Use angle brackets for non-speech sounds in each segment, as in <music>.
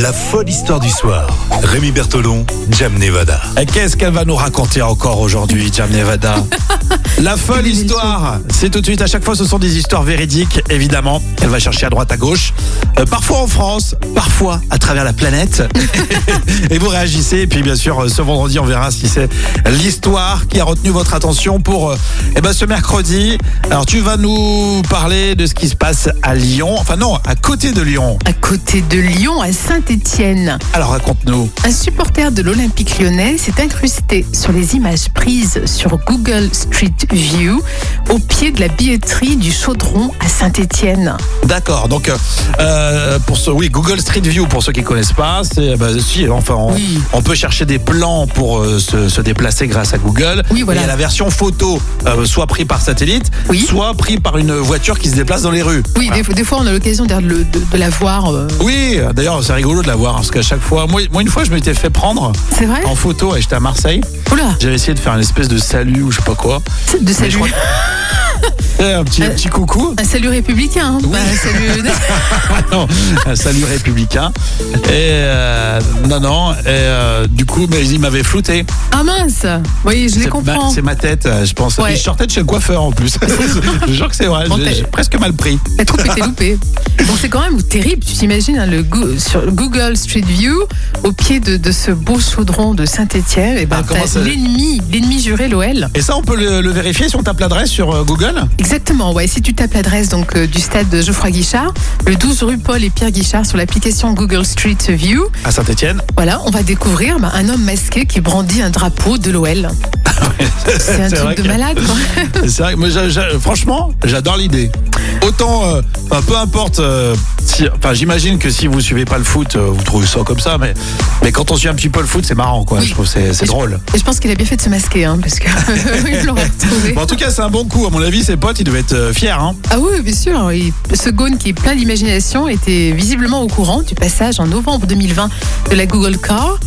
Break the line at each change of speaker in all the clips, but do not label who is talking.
La folle histoire du soir. Rémi Bertolon, Jam Nevada.
Et Eh, Qu'est-ce qu'elle va nous raconter encore aujourd'hui, Jam Nevada La folle histoire, c'est tout de suite. À chaque fois, ce sont des histoires véridiques, évidemment. Elle va chercher à droite, à gauche, euh, parfois en France, parfois à travers la planète. <laughs> et vous réagissez. Et puis, bien sûr, euh, ce vendredi, on verra si c'est l'histoire qui a retenu votre attention pour euh, eh ben, ce mercredi. Alors, tu vas nous parler de ce qui se passe à Lyon. Enfin, non, à côté de Lyon.
À côté de Lyon, à Saint-Étienne,
Alors, raconte-nous.
un supporter de l'Olympique lyonnais s'est incrusté sur les images prises sur Google Street View au pied de la billetterie du Chaudron à Saint-Étienne.
D'accord. Donc euh, euh, pour ce, oui, Google Street View pour ceux qui connaissent pas, c'est bah, si enfin on,
Oui.
on peut chercher des plans pour euh, se, se déplacer grâce à Google.
Oui, voilà.
Et il y a la version photo, euh, soit pris par satellite,
Oui.
soit pris par une voiture qui se déplace dans les rues.
Oui, des, des fois on a l'occasion d'ailleurs de, le- de- de la voir. euh,
Oui, d'ailleurs c'est rigolo de la voir parce qu'à chaque fois, moi, moi, une fois je m'étais fait prendre
C'est vrai
en photo et j'étais à Marseille,
Oula,
j'avais essayé de faire une espèce de salut ou je sais pas quoi,
de
Mais
<laughs>
je
salut.
Eh, un petit, un petit coucou.
Un salut républicain. hein. Bah, un salut-
non, un salut républicain. Et euh, non, non. Et euh, du coup, mais il m'avait flouté.
Ah mince Oui, je les
C'est ma,
comprends.
c'est ma tête, euh, je pense.
Ouais.
Et je sortais de chez le coiffeur en plus. <laughs> je jure que c'est vrai.
Bon,
j'ai-
t'es-
J'ai presque mal pris.
La troupe était loupée. Donc c'est quand même terrible, tu t'imagines, hein, le Go- sur Google Street View, au pied de, de ce beau chaudron de Saint-Étienne, et ben
Ah, comment
t'as
ça-
l'ennemi, l'ennemi juré, l'OL.
Et ça, on peut le, le vérifier si on tape l'adresse sur euh, Google.
Exactement, ouais. Si tu tapes l'adresse donc euh, du stade de Geoffroy Guichard, le 12 rue Paul et Pierre Guichard sur l'application Google Street View,
À Saint-Etienne.
voilà, on va découvrir bah, un homme masqué qui brandit un drapeau de
<laughs>
l'OL. c'est un
c'est vrai
truc de
que-
malade.
<laughs>
quoi.
C'est vrai que moi, j'a- j'a- franchement, j'adore l'idée. Autant, euh, enfin, peu importe, euh, si- enfin, j'imagine que si vous suivez pas le foot, euh, vous trouvez ça comme ça, mais, mais quand on suit un petit peu le foot, c'est marrant, quoi.
Oui.
Je trouve que c'est c'est
Et je-
drôle.
Et je pense qu'il a bien fait de se masquer, hein, parce que <laughs> il l'aurait retrouvé.
Bon, en tout cas, c'est un bon coup. À mon avis, ses potes, ils devaient être euh, fiers. Hein.
Ah oui, bien sûr. Il- ce Gaune qui est plein d'imagination était visiblement au courant du passage en novembre 2020 de la Google Car.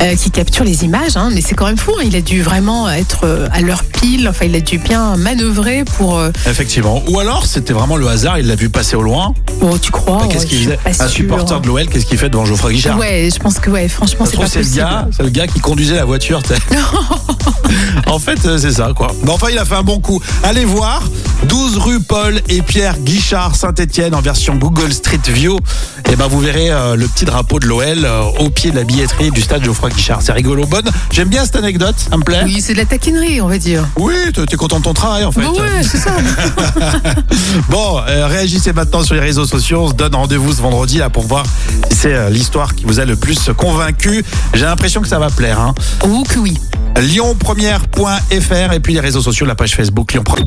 euh, qui capture les images, hein. mais c'est quand même fou. hein. Il a dû vraiment être euh, à l'heure pile. Enfin, il a dû bien manœuvrer pour. euh,
Effectivement. Ou alors, c'était vraiment le hasard. Il l'a vu passer au loin.
bon, tu crois
Enfin, Bah, qu'est-ce
ouais,
qu'il
Oh, je suis
faisait
pas sûre.
Un supporter de l'OL, qu'est-ce qu'il fait devant Geoffroy Guichard
Ouais, je pense que ouais. Franchement,
Ça se
c'est pas
trouve, c'est
possible.
le gars, c'est le gars qui conduisait la voiture. t'sais.
<laughs>
en fait, euh, c'est ça, quoi. Bon, enfin, il a fait un bon coup. Allez voir 12 rue Paul et Pierre Guichard Saint-Étienne en version Google Street View. Et ben, vous verrez euh, le petit drapeau de l'OL euh, au pied de la billetterie du stade Geoffroy Guichard. C'est rigolo, bonne. J'aime bien cette anecdote. Ça me plaît.
Oui, c'est de la taquinerie, on va dire.
Oui, t'es t'es content de ton travail, en fait.
Bah ouais, c'est
<laughs>
ça.
Bon, euh, réagissez maintenant sur les réseaux sociaux. On se donne rendez-vous ce vendredi là pour voir si c'est euh, l'histoire qui vous a le plus convaincu. J'ai l'impression que ça va plaire. Hein.
Ou Oh, que oui.
Lyonpremière.fr et puis les réseaux sociaux, la page Facebook Lyon Première.